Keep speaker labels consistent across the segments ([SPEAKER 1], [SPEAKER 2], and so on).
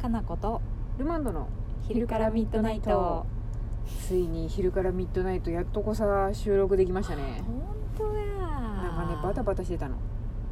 [SPEAKER 1] かなこと
[SPEAKER 2] ルマンドの
[SPEAKER 1] 昼からミッドナイト
[SPEAKER 2] ついに昼からミッドナイトやっとこさ収録できましたね
[SPEAKER 1] 本当や
[SPEAKER 2] なんかねバタバタしてたの、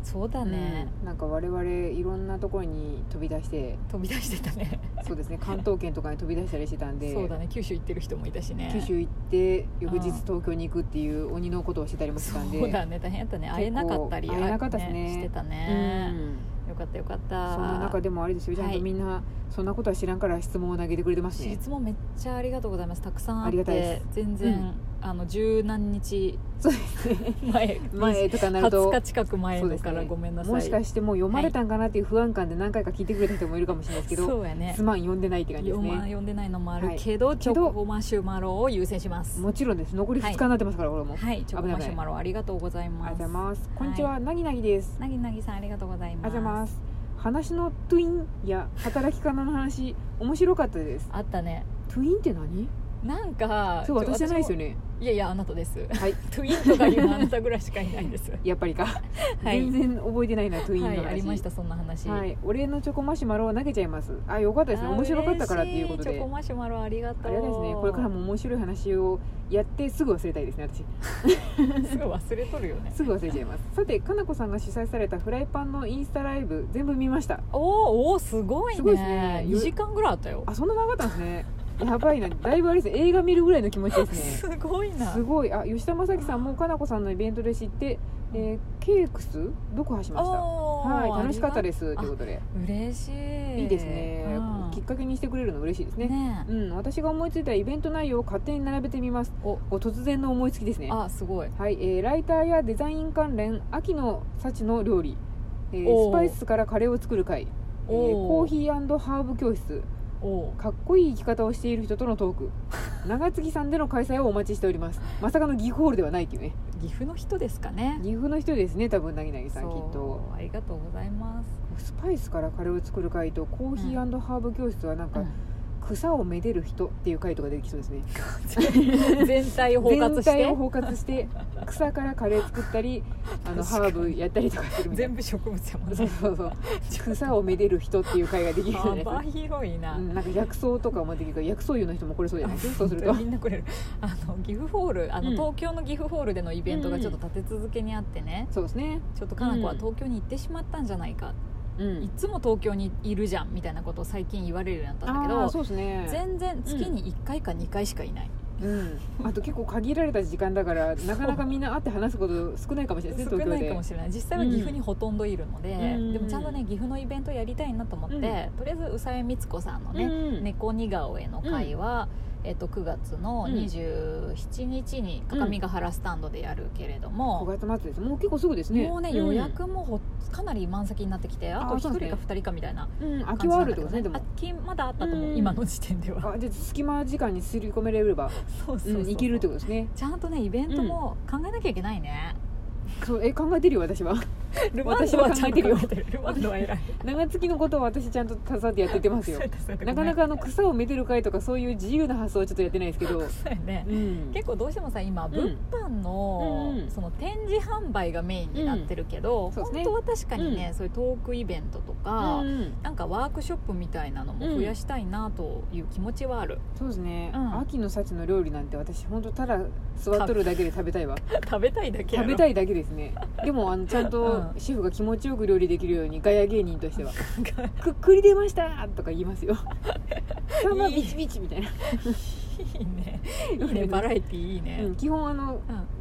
[SPEAKER 1] そうだね、
[SPEAKER 2] うんなんか我々いろんなところに飛び出して
[SPEAKER 1] 飛び出してたね
[SPEAKER 2] そうですね関東圏とかに飛び出したりしてたんで
[SPEAKER 1] そうだね九州行ってる人もいたしね
[SPEAKER 2] 九州行って翌
[SPEAKER 1] う
[SPEAKER 2] 日
[SPEAKER 1] ん
[SPEAKER 2] 東京に行くっていう鬼のことをしてたりもしてたんで
[SPEAKER 1] そうだね大変やったね
[SPEAKER 2] 結構
[SPEAKER 1] 会えなかったり
[SPEAKER 2] 会えなかったですね
[SPEAKER 1] してた
[SPEAKER 2] う
[SPEAKER 1] ね、
[SPEAKER 2] ん
[SPEAKER 1] よかったよかった
[SPEAKER 2] そんな中でもあれですよちゃん
[SPEAKER 1] は
[SPEAKER 2] と
[SPEAKER 1] い
[SPEAKER 2] みんなそんなことは知らんから質問を投げてくれてますね
[SPEAKER 1] 質問めっちゃありがとうございますたくさんあ
[SPEAKER 2] あり
[SPEAKER 1] っ
[SPEAKER 2] がたいで
[SPEAKER 1] て
[SPEAKER 2] す
[SPEAKER 1] 全然、あの十何日
[SPEAKER 2] そうですね
[SPEAKER 1] 前
[SPEAKER 2] 前とかなる
[SPEAKER 1] 20
[SPEAKER 2] と
[SPEAKER 1] 日近く前のか
[SPEAKER 2] そうです
[SPEAKER 1] ら
[SPEAKER 2] ね
[SPEAKER 1] ごめんなさい
[SPEAKER 2] もしかしてもう読まれたんかなっていう不安感で何回か聞いてくれた人もいるかもしれないですけど、
[SPEAKER 1] そうやね
[SPEAKER 2] すまん読んでないって感じです
[SPEAKER 1] 読ま
[SPEAKER 2] ね
[SPEAKER 1] 読んでないのもある
[SPEAKER 2] はい
[SPEAKER 1] けど、チ
[SPEAKER 2] けど
[SPEAKER 1] ョコマシュマロを優先します
[SPEAKER 2] もちろんです残り
[SPEAKER 1] はい
[SPEAKER 2] 2日になってますから、これも、
[SPEAKER 1] はいチョコマシュマロありがとうござい
[SPEAKER 2] あ
[SPEAKER 1] ま
[SPEAKER 2] りが
[SPEAKER 1] す
[SPEAKER 2] とうございますこんにちは、なぎなぎです
[SPEAKER 1] なぎなぎさんありがとうございま
[SPEAKER 2] あり
[SPEAKER 1] す
[SPEAKER 2] がとうございます話のトゥインや働き方の話面白かったです
[SPEAKER 1] あったね
[SPEAKER 2] トゥインって何
[SPEAKER 1] なんか
[SPEAKER 2] そう私じゃないですよ
[SPEAKER 1] ね
[SPEAKER 2] ね
[SPEAKER 1] いやいやあなたです
[SPEAKER 2] はい
[SPEAKER 1] トゥインとかいうあなたぐらいしかいない んです
[SPEAKER 2] やっぱりか、
[SPEAKER 1] はい
[SPEAKER 2] 全然覚えてないなトゥインの
[SPEAKER 1] は
[SPEAKER 2] 話、
[SPEAKER 1] いありましたそんな話
[SPEAKER 2] はい、お礼のチョコマシュマロを投げちゃいますあよかったですね
[SPEAKER 1] あ
[SPEAKER 2] 面白かったからっていうことで
[SPEAKER 1] 嬉しチョコマシュマロありがとう
[SPEAKER 2] あれですねこれから
[SPEAKER 1] も
[SPEAKER 2] も面白い話をやってすぐ忘れたいですね私
[SPEAKER 1] すぐ忘れとるよ ね
[SPEAKER 2] すぐ忘れちゃいますさてかなこさんが主催されたフライパンのインスタライブ全部見ました
[SPEAKER 1] おーおーすごいね
[SPEAKER 2] すごいですね
[SPEAKER 1] 2時間ぐらいあったよ
[SPEAKER 2] あそんな長かったんですねやばいなだいぶあれですね映画見るぐらいの気持ちです
[SPEAKER 1] す
[SPEAKER 2] ね
[SPEAKER 1] ごいな
[SPEAKER 2] すごいあ吉田正樹さんもかなこさんのイベントで知って、えーケークス読破しました
[SPEAKER 1] おー
[SPEAKER 2] はい楽しかったです
[SPEAKER 1] あ
[SPEAKER 2] ということで
[SPEAKER 1] 嬉しい
[SPEAKER 2] いいですね
[SPEAKER 1] うん
[SPEAKER 2] きっかけにしてくれるの嬉しいですね
[SPEAKER 1] ね
[SPEAKER 2] うん私が思いついたイベント内容を勝手に並べてみます
[SPEAKER 1] お
[SPEAKER 2] こう突然の思いつきですね
[SPEAKER 1] あすごい
[SPEAKER 2] はい、えーライターやデザイン関連秋の幸の料理、えー
[SPEAKER 1] おー
[SPEAKER 2] スパイスからカレーを作る会、えー
[SPEAKER 1] おー
[SPEAKER 2] コーヒーハーブ教室
[SPEAKER 1] お
[SPEAKER 2] かっこいい生き方をしている人とのトー ク長月さんでの開催をお待ちしておりますまさかの岐阜ホールではないっていうね
[SPEAKER 1] 岐阜の人ですかね
[SPEAKER 2] 岐阜の人ですね多分なぎなぎさんきっ
[SPEAKER 1] そう
[SPEAKER 2] と
[SPEAKER 1] ありがとうございます、
[SPEAKER 2] スパイスからカレーを作る会とコーヒーハーブ教室はなんか、草をめでる人っていう会とか出てきそうですね
[SPEAKER 1] 全体を包括して
[SPEAKER 2] 全体を包括して草からカレー作っ たりあの
[SPEAKER 1] 確か
[SPEAKER 2] ハ
[SPEAKER 1] に
[SPEAKER 2] ーブやったりとかするみたいな
[SPEAKER 1] 全部植物やもん
[SPEAKER 2] そう
[SPEAKER 1] ね
[SPEAKER 2] そうそう草をめでる人っていう会ができるじゃないです
[SPEAKER 1] 幅
[SPEAKER 2] か、
[SPEAKER 1] 広いな、
[SPEAKER 2] うん、なんか薬草とかもできるから薬草湯の人もこれそうじゃないですかそうすると
[SPEAKER 1] みんな来れるあの岐阜ホールあの、
[SPEAKER 2] うん
[SPEAKER 1] 東京の岐阜ホールでのイベントがちょっと立て続けにあってね、
[SPEAKER 2] そうですね
[SPEAKER 1] ちょっとかな子は
[SPEAKER 2] うん
[SPEAKER 1] 東京に行ってしまったんじゃないか、
[SPEAKER 2] う
[SPEAKER 1] い
[SPEAKER 2] ん
[SPEAKER 1] つも東京にいるじゃんみたいなことを最近言われるようになったんだけ
[SPEAKER 2] あー
[SPEAKER 1] ど
[SPEAKER 2] そうですね
[SPEAKER 1] 全然月に1回か2回しかいない、
[SPEAKER 2] うんあと結構限られた時間だからなかなかみんな会って話すこと少ないかもしれないです
[SPEAKER 1] 少
[SPEAKER 2] ね東
[SPEAKER 1] な
[SPEAKER 2] 京
[SPEAKER 1] い
[SPEAKER 2] で
[SPEAKER 1] かもしれない実際は岐阜にほとんどいるので、
[SPEAKER 2] うん
[SPEAKER 1] でもちゃんとね岐阜のイベントやりたいなと思って、
[SPEAKER 2] うん
[SPEAKER 1] とりあえず宇佐江光子さんのね、
[SPEAKER 2] うん
[SPEAKER 1] 猫似顔絵の会は、えっと、9月の27日に各務原スタンドでやるけれど
[SPEAKER 2] 5
[SPEAKER 1] も、
[SPEAKER 2] 月末ですもう結構すぐですね
[SPEAKER 1] もうね
[SPEAKER 2] ん
[SPEAKER 1] 予約もほかなり満席になってきてあと
[SPEAKER 2] あ
[SPEAKER 1] 1
[SPEAKER 2] そう
[SPEAKER 1] 人
[SPEAKER 2] ですね
[SPEAKER 1] か2人かみたいな
[SPEAKER 2] うん
[SPEAKER 1] 感
[SPEAKER 2] 空
[SPEAKER 1] じ
[SPEAKER 2] き
[SPEAKER 1] な
[SPEAKER 2] はあ
[SPEAKER 1] んだ
[SPEAKER 2] るっ
[SPEAKER 1] けど
[SPEAKER 2] てことですねでも
[SPEAKER 1] 秋まだあったと思う、
[SPEAKER 2] うん
[SPEAKER 1] 今の時点では
[SPEAKER 2] あじゃあ隙間時間にすり込めれれば
[SPEAKER 1] そうそううそうん
[SPEAKER 2] いけるってことですね
[SPEAKER 1] ちゃんとねイベントも考えなきゃいけない ね、
[SPEAKER 2] そうえ考えてるよ私は
[SPEAKER 1] ルマンドはちゃんと考えてるルマンドは偉い
[SPEAKER 2] 長月のことは私ちゃんと携わってやっててます よ
[SPEAKER 1] そうやったそうやった
[SPEAKER 2] なかなかあの草をめでる会とかそういう自由な発想はちょっとやってないですけ ど、
[SPEAKER 1] そうやね
[SPEAKER 2] うん、
[SPEAKER 1] 結構どうしてもさ今
[SPEAKER 2] ん
[SPEAKER 1] 物販の,、
[SPEAKER 2] うんうん
[SPEAKER 1] その展示販売がメインになってるけど、
[SPEAKER 2] んそうです
[SPEAKER 1] 本
[SPEAKER 2] ね
[SPEAKER 1] 当は確かにね、そういうトークイベントとか、
[SPEAKER 2] うん
[SPEAKER 1] なんかワークショップみたいなのも増やしたいなという気持ちはある、
[SPEAKER 2] そうですね、
[SPEAKER 1] うん
[SPEAKER 2] 秋の幸の料理なんて私本当ただ座っとるだけで食べたいわ
[SPEAKER 1] 食べたいだけや
[SPEAKER 2] 食
[SPEAKER 1] ろ
[SPEAKER 2] べたいだけです ねでもあのちゃんと
[SPEAKER 1] う
[SPEAKER 2] シェフが気持ちよく料理できるようにガヤ芸人と しては「くっくり出ました!」とか言います よ「さんま
[SPEAKER 1] いい
[SPEAKER 2] ビチビチ」みたいな、
[SPEAKER 1] いいねいいねバラエティーいいね、
[SPEAKER 2] うん、基本あの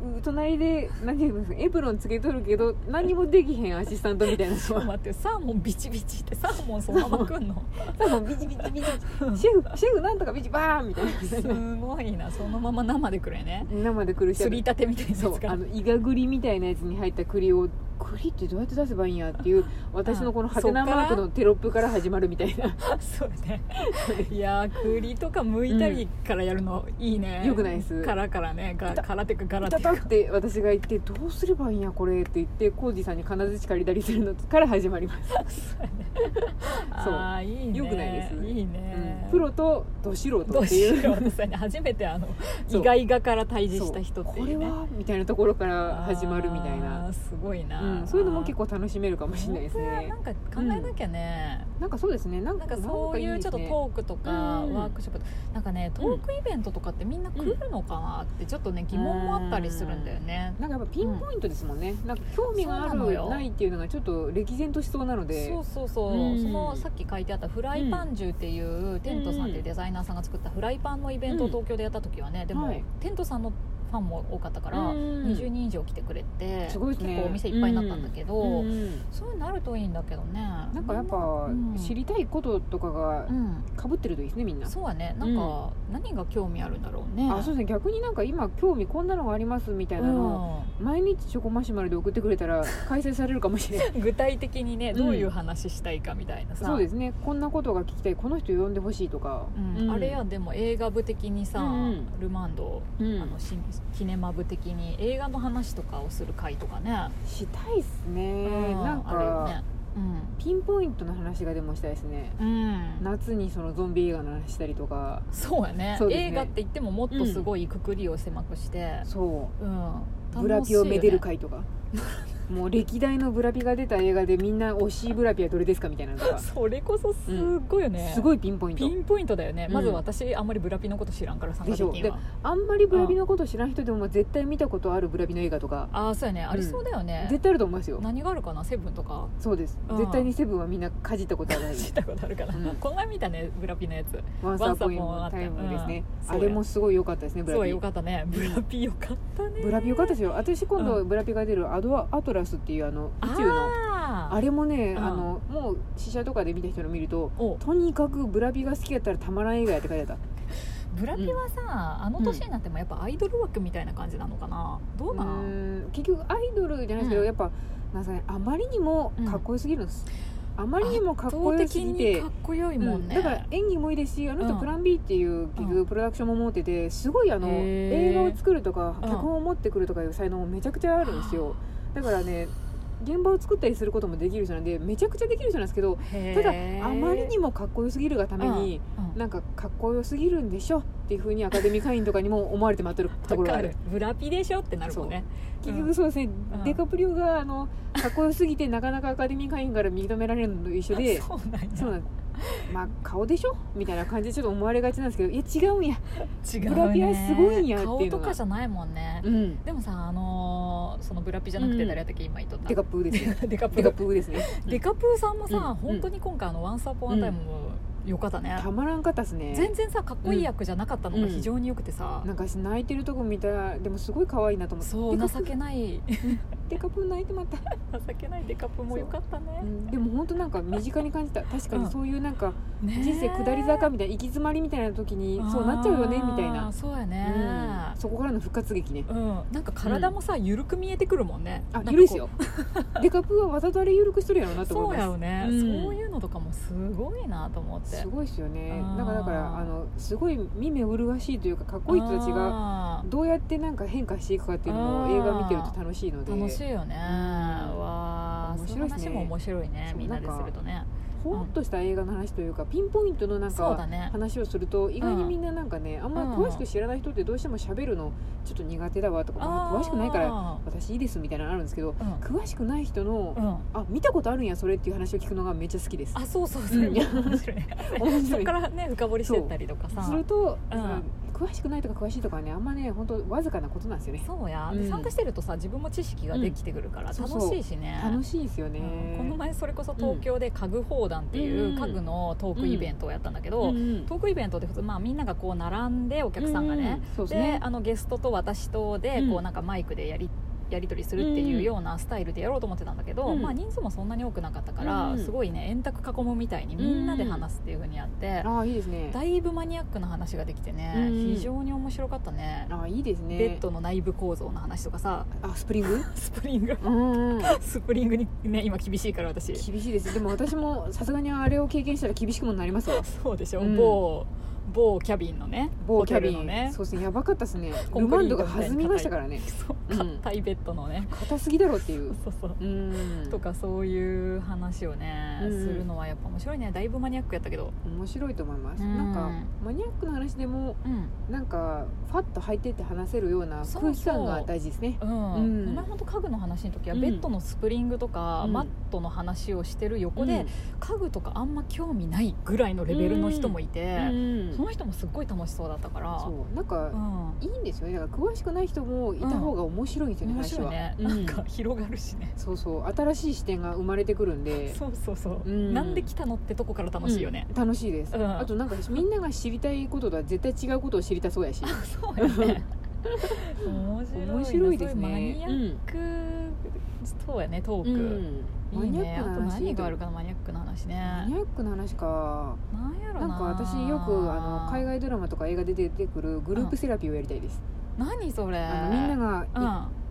[SPEAKER 1] うん
[SPEAKER 2] う隣で何て言うんですかエプロンつけとるけど何もできへんアシスタントみたいな
[SPEAKER 1] ち
[SPEAKER 2] 人
[SPEAKER 1] ょっと
[SPEAKER 2] は
[SPEAKER 1] 待ってサーモンビチビチってサーモンそのままくんの
[SPEAKER 2] 多分ビチビチビチ シェフシェフなんとかビチバーンみた
[SPEAKER 1] す
[SPEAKER 2] いな
[SPEAKER 1] ごいなそのまま生でくれ ね
[SPEAKER 2] 生で来る人
[SPEAKER 1] すりたてみたいなやつ
[SPEAKER 2] そう
[SPEAKER 1] が
[SPEAKER 2] あのイガグリみたいなやつに入った栗を栗ってどうやって出せばいいんやっていう私のこのハテナマークのテロップから始まるみたいな
[SPEAKER 1] そうねいやー栗とか剥いたりからやるのいいね、
[SPEAKER 2] うんよくないです
[SPEAKER 1] からからねが
[SPEAKER 2] た
[SPEAKER 1] からてかからて
[SPEAKER 2] た
[SPEAKER 1] か
[SPEAKER 2] たって私が言ってどうすればいいんやこれって言って浩二さんに 金槌借りたりするのから始まります
[SPEAKER 1] あーいいね
[SPEAKER 2] よくないです
[SPEAKER 1] いいいね、
[SPEAKER 2] プロとど素人
[SPEAKER 1] ど
[SPEAKER 2] っ
[SPEAKER 1] う
[SPEAKER 2] て
[SPEAKER 1] し
[SPEAKER 2] いう
[SPEAKER 1] よう さね初めてあの
[SPEAKER 2] そう
[SPEAKER 1] 意外がから対峙
[SPEAKER 2] そう
[SPEAKER 1] した人って
[SPEAKER 2] こ
[SPEAKER 1] い
[SPEAKER 2] れ
[SPEAKER 1] うね
[SPEAKER 2] はみたいなところから始まるみたい
[SPEAKER 1] あ
[SPEAKER 2] な
[SPEAKER 1] ー、すごいな、
[SPEAKER 2] うん、そういうのも結
[SPEAKER 1] 構
[SPEAKER 2] 構楽しめるかもしれないですね
[SPEAKER 1] なんか考えなきゃね、
[SPEAKER 2] なんかそうですねなん
[SPEAKER 1] な
[SPEAKER 2] か
[SPEAKER 1] んかそういうちょっと
[SPEAKER 2] なんか
[SPEAKER 1] トークとか
[SPEAKER 2] うん
[SPEAKER 1] ワークショップとかなんかねトークイベントとかってみんな来るのかなってちょっとね疑問もあったりするんだよね
[SPEAKER 2] いいですねなんかやっぱピンポイントですもんね、なんか興味があ
[SPEAKER 1] そうなのよ
[SPEAKER 2] るないっていうのがちょっと歴然としそうなので
[SPEAKER 1] そうそうそう、
[SPEAKER 2] うん
[SPEAKER 1] そのさっき書いてあったフライパンジュっていうテントさんっていうデザイナーさんが作ったフライパンのイベントを東京でやった時はね、でも、
[SPEAKER 2] はい
[SPEAKER 1] テントさんのファンも多かったから、
[SPEAKER 2] うん
[SPEAKER 1] 20人以上来てくれて
[SPEAKER 2] すごいですね
[SPEAKER 1] 結構お店いっぱいになったんだけど、
[SPEAKER 2] うんうん
[SPEAKER 1] そうなるといいんだけどね
[SPEAKER 2] なんかやっぱ
[SPEAKER 1] うん
[SPEAKER 2] 知りたいこととかが
[SPEAKER 1] うん、
[SPEAKER 2] かぶってるといいですねみんな、
[SPEAKER 1] そうはねなんか何が興味あるんだろうね、
[SPEAKER 2] あそうですね逆になんか今興味こんなのがありますみたいな の、毎日チョコマシュマロで送ってくれたら開催されるかもしれない
[SPEAKER 1] うん具体的にね
[SPEAKER 2] ん
[SPEAKER 1] どういう話したいかみたいな さ、
[SPEAKER 2] そうですねこんなことが聞きたいこの人呼んでほしいとか、
[SPEAKER 1] うん
[SPEAKER 2] うん
[SPEAKER 1] あれやでも映画部的にさ、
[SPEAKER 2] うんうん
[SPEAKER 1] ルマンド
[SPEAKER 2] うん
[SPEAKER 1] あのシンキネマ部的に映画の話とかをする回とかね、
[SPEAKER 2] したいっすね
[SPEAKER 1] うん
[SPEAKER 2] なん
[SPEAKER 1] あるよ
[SPEAKER 2] か、
[SPEAKER 1] ね
[SPEAKER 2] ピンポイントの話がでもしたいですね
[SPEAKER 1] うん、うん、
[SPEAKER 2] 夏にそのゾンビ映画の話したりとか
[SPEAKER 1] そうやね
[SPEAKER 2] そうですね
[SPEAKER 1] 映画って言ってももっとすごいくくりを狭くして、
[SPEAKER 2] そ
[SPEAKER 1] うん
[SPEAKER 2] うブラピをめでる
[SPEAKER 1] か
[SPEAKER 2] 会とかもう歴代のブラピが出た映画でみんな推しブラピはどれですかみたいなのとか
[SPEAKER 1] それこそすっごいよね、
[SPEAKER 2] すごいピンポイン
[SPEAKER 1] ピ
[SPEAKER 2] ト
[SPEAKER 1] ンポイントだよね、
[SPEAKER 2] うん
[SPEAKER 1] まず私あんまりブラピのこと知らんから参加
[SPEAKER 2] でしょ
[SPEAKER 1] できんわ
[SPEAKER 2] あんまりブラピのこと知らん人でも絶対見たことあるブラピの映画とか
[SPEAKER 1] ああそうやねありそうだよね、
[SPEAKER 2] 絶対あると思いますよ
[SPEAKER 1] 何があるかなセブンとか
[SPEAKER 2] そうです
[SPEAKER 1] うん
[SPEAKER 2] 絶対にセブンはみんなかじったことは ない
[SPEAKER 1] 知ったことあるかな、
[SPEAKER 2] うん
[SPEAKER 1] この前見たねブラピのやつ
[SPEAKER 2] ワンサーポイントタイムですね
[SPEAKER 1] うん
[SPEAKER 2] あれもすごい良かったですねブ
[SPEAKER 1] そう
[SPEAKER 2] ラピ
[SPEAKER 1] よかったねブラピよかったね
[SPEAKER 2] ブラピ良かったですよ私今
[SPEAKER 1] う
[SPEAKER 2] 度ブラピが出るアドアトラスっていうあの宇宙の
[SPEAKER 1] あー
[SPEAKER 2] あれもね、
[SPEAKER 1] うん
[SPEAKER 2] あのもう試写とかで見た人の見ると
[SPEAKER 1] お
[SPEAKER 2] とにかくブラピが好きやったらたまらん映画やって書いてあった
[SPEAKER 1] ブラピはさ、あの年になってもやっぱアイドル枠みたいな感じなのかなどうな
[SPEAKER 2] うんん結局アイドルじゃないですけど、
[SPEAKER 1] うん
[SPEAKER 2] やっぱなんすかねあまりにもかっこよすぎるんです、あまりにもかっこよすぎ
[SPEAKER 1] 圧倒
[SPEAKER 2] て
[SPEAKER 1] 的にかっこよいもんね、
[SPEAKER 2] うんだから演技もいいですしあの人
[SPEAKER 1] うん
[SPEAKER 2] プラン B っていう結
[SPEAKER 1] う
[SPEAKER 2] 局プロダクションも持っててすごいあの
[SPEAKER 1] へー
[SPEAKER 2] 映画を作るとか
[SPEAKER 1] うん
[SPEAKER 2] 脚本を持ってくるとかいう才能もめちゃくちゃあるんですよだからね現場を作ったりすることもできる人なんでめちゃくちゃできる人なんですけどただ
[SPEAKER 1] へー
[SPEAKER 2] あまりにもかっこよすぎるがために、
[SPEAKER 1] うん
[SPEAKER 2] なんかかっこよすぎるんでしょっていうふうにアカデミー会員とかにも思われてまってるところがある
[SPEAKER 1] ブラピでしょってなるもんね
[SPEAKER 2] 結局そうですね、
[SPEAKER 1] うん
[SPEAKER 2] デカプリオがあのかっこよすぎてなかなかアカデミー会員から認められるのと一緒 で
[SPEAKER 1] そうなんや
[SPEAKER 2] そうなんまあ顔でしょみたいな感じでちょっと思われがちなんですけどいや違うんや、
[SPEAKER 1] 違うね
[SPEAKER 2] ブラピはすごいんやっていうのが
[SPEAKER 1] 顔とかじゃないもんね、
[SPEAKER 2] うん、
[SPEAKER 1] でもさあのーそのブラピじゃなくて
[SPEAKER 2] うん
[SPEAKER 1] 誰やったっけ今言っとった
[SPEAKER 2] デカプーですね
[SPEAKER 1] デカプ
[SPEAKER 2] デカ
[SPEAKER 1] ー
[SPEAKER 2] プーです ね
[SPEAKER 1] デカプーさんもさ、
[SPEAKER 2] うん
[SPEAKER 1] 本当に今回あの「ワンサーポンアタイムもよかったね、
[SPEAKER 2] たまらんかったですね
[SPEAKER 1] 全然さかっこいい役じゃなかったのが非常によくてさ、
[SPEAKER 2] なんか私泣いてるとこ見たらでもすごい可愛いなと思って
[SPEAKER 1] そう
[SPEAKER 2] デ
[SPEAKER 1] 情
[SPEAKER 2] カプ
[SPEAKER 1] けない
[SPEAKER 2] デカプー泣いてまった、
[SPEAKER 1] 情けないデカプーもよかった
[SPEAKER 2] う
[SPEAKER 1] ね
[SPEAKER 2] ん、でも本当なんか身近に感じた確かにそういうなんか
[SPEAKER 1] ねえ
[SPEAKER 2] 人生下り坂みたいな行き詰まりみたいな時にそうなっちゃうよねみたい
[SPEAKER 1] あー
[SPEAKER 2] な、
[SPEAKER 1] そうや
[SPEAKER 2] うん
[SPEAKER 1] ね、
[SPEAKER 2] そこからの復活劇ね
[SPEAKER 1] うんなんか体もさ緩く見えてくるもんね
[SPEAKER 2] あ
[SPEAKER 1] なんかこう
[SPEAKER 2] 緩いですよデカプーはわざとあれ緩くしとるやろうなと
[SPEAKER 1] そ
[SPEAKER 2] 思
[SPEAKER 1] う
[SPEAKER 2] い
[SPEAKER 1] や
[SPEAKER 2] ま
[SPEAKER 1] よね、
[SPEAKER 2] うん
[SPEAKER 1] そういうのとかもすごいなと思って
[SPEAKER 2] すすごいですよね
[SPEAKER 1] あー
[SPEAKER 2] なんかだからあのすごい見目麗しいというかかっこいい人たちが
[SPEAKER 1] が
[SPEAKER 2] どうやってなんか変化していくかっていうの
[SPEAKER 1] あ
[SPEAKER 2] も
[SPEAKER 1] ー
[SPEAKER 2] 映画見てると楽しいので
[SPEAKER 1] 楽しいよね、
[SPEAKER 2] ん
[SPEAKER 1] わあ
[SPEAKER 2] 面
[SPEAKER 1] そ
[SPEAKER 2] 白
[SPEAKER 1] の
[SPEAKER 2] いです
[SPEAKER 1] 話
[SPEAKER 2] ね
[SPEAKER 1] も面白いね
[SPEAKER 2] そう
[SPEAKER 1] みんなでするとね
[SPEAKER 2] ほわっとした映画の話というかピンポイントのなん
[SPEAKER 1] そうだ
[SPEAKER 2] か
[SPEAKER 1] ね
[SPEAKER 2] 話をすると意外にみんななんかねあんまり詳しく知らない人ってどうしても喋るのちょっと苦手だわとかあんま詳しくないから
[SPEAKER 1] あ
[SPEAKER 2] 私いいですみたいなのあるんですけど
[SPEAKER 1] ーうん
[SPEAKER 2] 詳しくない人の
[SPEAKER 1] うん
[SPEAKER 2] あ見たことあるんやそれっていう話を聞くのがめっちゃ好きです
[SPEAKER 1] あそうそうそううん面白いね
[SPEAKER 2] 面
[SPEAKER 1] そ
[SPEAKER 2] 白
[SPEAKER 1] こ
[SPEAKER 2] い
[SPEAKER 1] からね深掘りしてったりとかさ
[SPEAKER 2] すると、
[SPEAKER 1] うん
[SPEAKER 2] その詳しくないとか詳しいとかはねあんまね本当わずかなことなんですよね
[SPEAKER 1] そうや、で
[SPEAKER 2] うん
[SPEAKER 1] 参加してるとさ自分も知識ができてくるから
[SPEAKER 2] うん
[SPEAKER 1] 楽しいしね、
[SPEAKER 2] 楽しいですよね、
[SPEAKER 1] うんこの前それこそ東京で家具放談っていううん家具のトークイベントをやったんだけど、
[SPEAKER 2] うんうん
[SPEAKER 1] トークイベントで普通、まあ、みんながこう並んでお客さんがね、、
[SPEAKER 2] うんそうです
[SPEAKER 1] で
[SPEAKER 2] ね
[SPEAKER 1] あのゲストと私とで
[SPEAKER 2] うん
[SPEAKER 1] こうなんかマイクでやりやり取りするっていうようなスタイルでやろうと思ってたんだけど、
[SPEAKER 2] うん
[SPEAKER 1] まあ、人数もそんなに多くなかったから、
[SPEAKER 2] うん
[SPEAKER 1] すごいね円卓囲むみたいにみんなで話すっていう風にやって、
[SPEAKER 2] ああいいですね
[SPEAKER 1] だいぶマニアックな話ができてね、
[SPEAKER 2] うん
[SPEAKER 1] 非常に面白かったね、
[SPEAKER 2] ああいいですね
[SPEAKER 1] ベッドの内部構造の話とかさ
[SPEAKER 2] あスプリン グ
[SPEAKER 1] スプリング
[SPEAKER 2] うん、うん、
[SPEAKER 1] スプリングにね今厳しいから私
[SPEAKER 2] 厳しいですでも私もさすがにあれを経験したら厳しくもなりますわ
[SPEAKER 1] そうでしょ、
[SPEAKER 2] うん
[SPEAKER 1] 某某キャビンのね
[SPEAKER 2] 某キャビ
[SPEAKER 1] ホテル
[SPEAKER 2] ン、
[SPEAKER 1] のね
[SPEAKER 2] そうですねやばかったですね
[SPEAKER 1] コ
[SPEAKER 2] ル
[SPEAKER 1] ンク
[SPEAKER 2] マ
[SPEAKER 1] リ
[SPEAKER 2] ン
[SPEAKER 1] ート
[SPEAKER 2] ド
[SPEAKER 1] みたい
[SPEAKER 2] が
[SPEAKER 1] な
[SPEAKER 2] 弾みましたからね
[SPEAKER 1] そう
[SPEAKER 2] うん
[SPEAKER 1] 硬いベッドのね
[SPEAKER 2] 硬すぎだろっていう
[SPEAKER 1] そうそう
[SPEAKER 2] うん
[SPEAKER 1] とかそういう話をね、
[SPEAKER 2] うん
[SPEAKER 1] するのはやっぱ面白いねだいぶマニアックやったけど
[SPEAKER 2] 面白いと思います、
[SPEAKER 1] うん
[SPEAKER 2] なんかマニアックな話でも
[SPEAKER 1] うん
[SPEAKER 2] なんかファッと入ってって話せるような
[SPEAKER 1] そうそう
[SPEAKER 2] 空気感が大事ですね
[SPEAKER 1] うん、
[SPEAKER 2] うん
[SPEAKER 1] この前ほんと家具の話の時は
[SPEAKER 2] うん
[SPEAKER 1] ベッドのスプリングとか、
[SPEAKER 2] うん
[SPEAKER 1] マットの話をしてる横
[SPEAKER 2] う
[SPEAKER 1] で
[SPEAKER 2] ん、
[SPEAKER 1] 家具とかあんま興味ないぐらいのレベルの人もいて、
[SPEAKER 2] うん
[SPEAKER 1] その人もすっごい楽しそうだったから
[SPEAKER 2] そうなんか、
[SPEAKER 1] うん、
[SPEAKER 2] いいんですよねだから詳しくない人もいた方が面白いんですよね、
[SPEAKER 1] 面
[SPEAKER 2] 話
[SPEAKER 1] 白い
[SPEAKER 2] は、
[SPEAKER 1] ね、
[SPEAKER 2] うん
[SPEAKER 1] なんか広がるしね
[SPEAKER 2] そうそう新しい視点が生まれてくるんで
[SPEAKER 1] そうそうそう、
[SPEAKER 2] うん
[SPEAKER 1] なんで来たのってとこから楽しいよね、
[SPEAKER 2] うん楽しいです、
[SPEAKER 1] うん
[SPEAKER 2] あとなんかみんなが知りたいこととは絶対違うことを知りたそうやし
[SPEAKER 1] そうよね面白いな
[SPEAKER 2] 面白いですね
[SPEAKER 1] そういうマニアック、そうやねトー
[SPEAKER 2] う
[SPEAKER 1] ク、
[SPEAKER 2] ん
[SPEAKER 1] いい
[SPEAKER 2] マニア
[SPEAKER 1] ね
[SPEAKER 2] ッ
[SPEAKER 1] あ
[SPEAKER 2] ク
[SPEAKER 1] と
[SPEAKER 2] な話
[SPEAKER 1] 何があるかなマニアックな話ね
[SPEAKER 2] マニアックな話か
[SPEAKER 1] なんやろ
[SPEAKER 2] な
[SPEAKER 1] なん
[SPEAKER 2] か私よくあの海外ドラマとか映画で出てくるグループセラピーをやりたいです、
[SPEAKER 1] 何それ
[SPEAKER 2] あのみんながい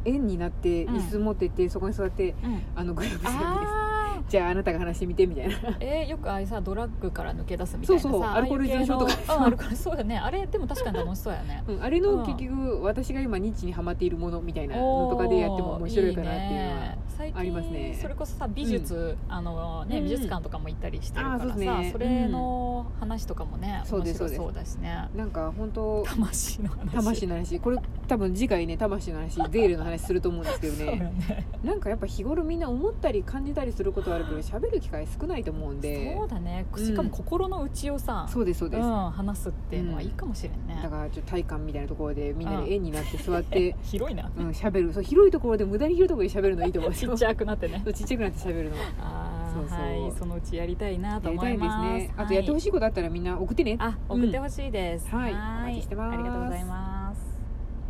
[SPEAKER 2] 円になって
[SPEAKER 1] うん
[SPEAKER 2] 椅子持ってってそこに座って
[SPEAKER 1] うん、うん、
[SPEAKER 2] あのグループセラピーです
[SPEAKER 1] あ
[SPEAKER 2] じゃああなたが話してみてみたいな
[SPEAKER 1] ーえーよくああいうさドラッグから抜け出すみたいなさ
[SPEAKER 2] そうそう
[SPEAKER 1] ああいう
[SPEAKER 2] アルコール依存症とか
[SPEAKER 1] 系のうんアルコールそうだねあれでも確かに楽しそうやね
[SPEAKER 2] うんあれの結局私が今ニッチにハマっているものみたいなのとかでやっても面白いかなっていうのは
[SPEAKER 1] 最近
[SPEAKER 2] ありますね
[SPEAKER 1] それこそさ美術、あのね
[SPEAKER 2] うん
[SPEAKER 1] 美術館とかも行ったりしてるからさ、
[SPEAKER 2] あーそう
[SPEAKER 1] そ
[SPEAKER 2] ですね
[SPEAKER 1] れの話とかもね、
[SPEAKER 2] そう
[SPEAKER 1] 面
[SPEAKER 2] です
[SPEAKER 1] 白そうだしね
[SPEAKER 2] なんか本当
[SPEAKER 1] 魂の話
[SPEAKER 2] 魂の話これ多分次回ね魂の話ゼールの話すると思うんですけど
[SPEAKER 1] そうよ
[SPEAKER 2] ね
[SPEAKER 1] ね
[SPEAKER 2] なんかやっぱ日頃みんな思ったり感じたりすることはあるけど喋る機会少ないと思うんで
[SPEAKER 1] そうだね
[SPEAKER 2] うん
[SPEAKER 1] しかも心の内をさ、
[SPEAKER 2] そうですそう
[SPEAKER 1] う
[SPEAKER 2] です、
[SPEAKER 1] ん、話すっていうのはいいかもしれんね、
[SPEAKER 2] だからちょっと体感みたいなところでみんなで円になって座って、
[SPEAKER 1] 広いな
[SPEAKER 2] うん、喋るそう広いところで無駄に広いところで喋るのいいと思うんです
[SPEAKER 1] ち
[SPEAKER 2] よ
[SPEAKER 1] っちゃくなってね
[SPEAKER 2] そうちっちゃくなって喋るのや
[SPEAKER 1] あ
[SPEAKER 2] そう
[SPEAKER 1] あ
[SPEAKER 2] そう
[SPEAKER 1] はいそのうちやりたいなと
[SPEAKER 2] り
[SPEAKER 1] 思
[SPEAKER 2] た
[SPEAKER 1] い
[SPEAKER 2] いです
[SPEAKER 1] ます
[SPEAKER 2] ねあとやってほ
[SPEAKER 1] い
[SPEAKER 2] しいことあったらみんな送ってね
[SPEAKER 1] あ送ってほしいです、
[SPEAKER 2] はいお待ちしてます
[SPEAKER 1] ありがとうございます